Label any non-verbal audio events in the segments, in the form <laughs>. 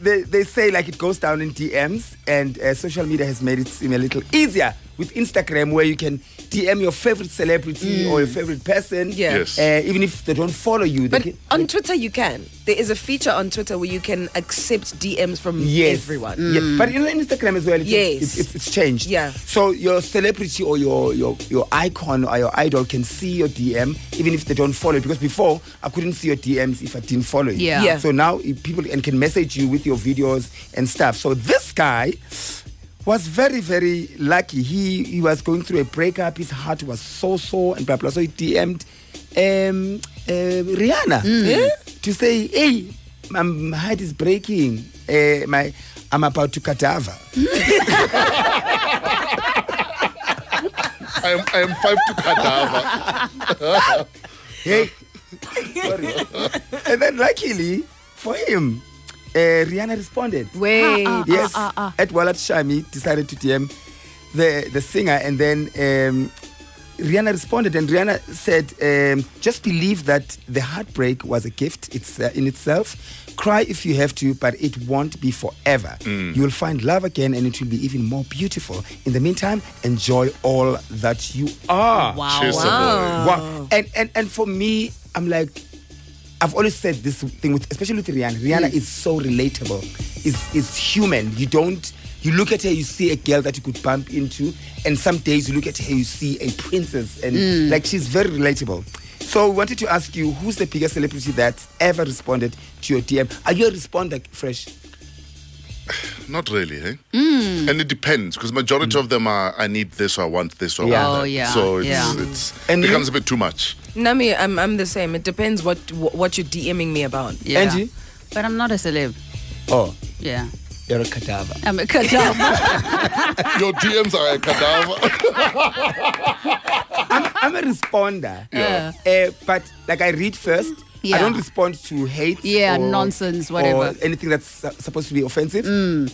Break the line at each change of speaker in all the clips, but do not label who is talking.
they, they say like it goes down in DMs, and uh, social media has made it seem a little easier with Instagram, where you can DM your favorite celebrity or your favorite person.
Mm. Yeah.
Yes.
Uh, even if they don't follow you, they
But
can,
on Twitter, you can. There is a feature on Twitter where you can accept DMs from
yes, Mm.
everyone. Mm.
Yeah. But you know, in Instagram as well, it's,
Yes.
it's, it's, it's changed.
Yeah.
So your celebrity or your, your your icon or your idol can see your DM even if they don't follow you. Because before I couldn't see your DMs if I didn't follow you.
Yeah.
Yeah.
So now i- people and can message you with your videos and stuff. So this guy was very very lucky. He he was going through a breakup. His heart was so sore and blah blah. So he DM'd um, uh, Rihanna eh, to say, "Hey, my, my heart is breaking. Uh, my I'm about to cadaver."
I am, I am five to cadaver.
Hey. <laughs> Sorry. and then luckily for him, uh, Rihanna responded.
Wait.
Ah,
yes, at Walat Shami decided to DM the the singer, and then um, Rihanna responded, and Rihanna said, um, "Just believe that the heartbreak was a gift. It's uh, in itself. Cry if you have to, but it won't be forever. You will find love again, and it will be even more beautiful. In the meantime, enjoy all that you are."
Wow.
Cheers, wow.
Wow. And, and and for me, I'm like, I've always said this thing with, especially with Rihanna. Rihanna is so relatable. Is is human. You don't. You look at her, you see a girl that you could bump into, and some days you look at her, you see a princess, and like she's very relatable. So we wanted to ask you, who's the biggest celebrity that's ever responded to your DM? Are you a responder, Fresh?
<laughs> Not really, eh?
Hmm.
And it depends because majority of them are I need this or I want this or I
Yeah.
want
Oh,
that.
yeah,
So it's,
yeah.
it's
And you-
becomes a bit too much.
Nami, I'm, I'm the same. It depends what what you're DMing me about.
Yeah.
Angie?
But I'm not a celeb.
Oh,
Yeah.
you're a cadaver.
I'm a cadaver.
<laughs> Your DMs are a cadaver.
I'm, I'm a
<laughs>
responder.
Yeah.
Uh, but like I read first. I
Yeah.
don't respond to hate.
Yeah,
or-
nonsense,
Or
whatever. Mm.
anything that's su- supposed to be offensive.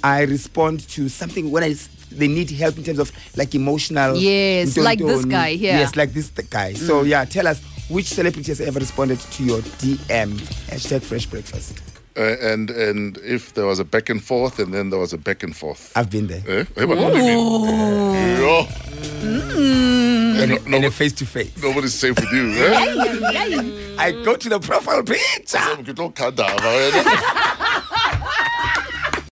I respond to something when I s- they need help in terms of like emotional.
Yes, like this
don't-
guy here. Mm.
Yes, like this th- guy. So yeah, tell us which celebrity has ever responded to your DM hashtag Fresh Breakfast.
<laughs> uh, and and if there was a back and forth, and then there was a back and forth.
I've been there.
Eh? Eh, but what do you mean? Yeah.
Hmm. Mm.
and, a-
no- no-
and a face to face.
Nobody's safe with you. Eh?
I go to the profile picture.
<laughs>
Get all cadaver. eh?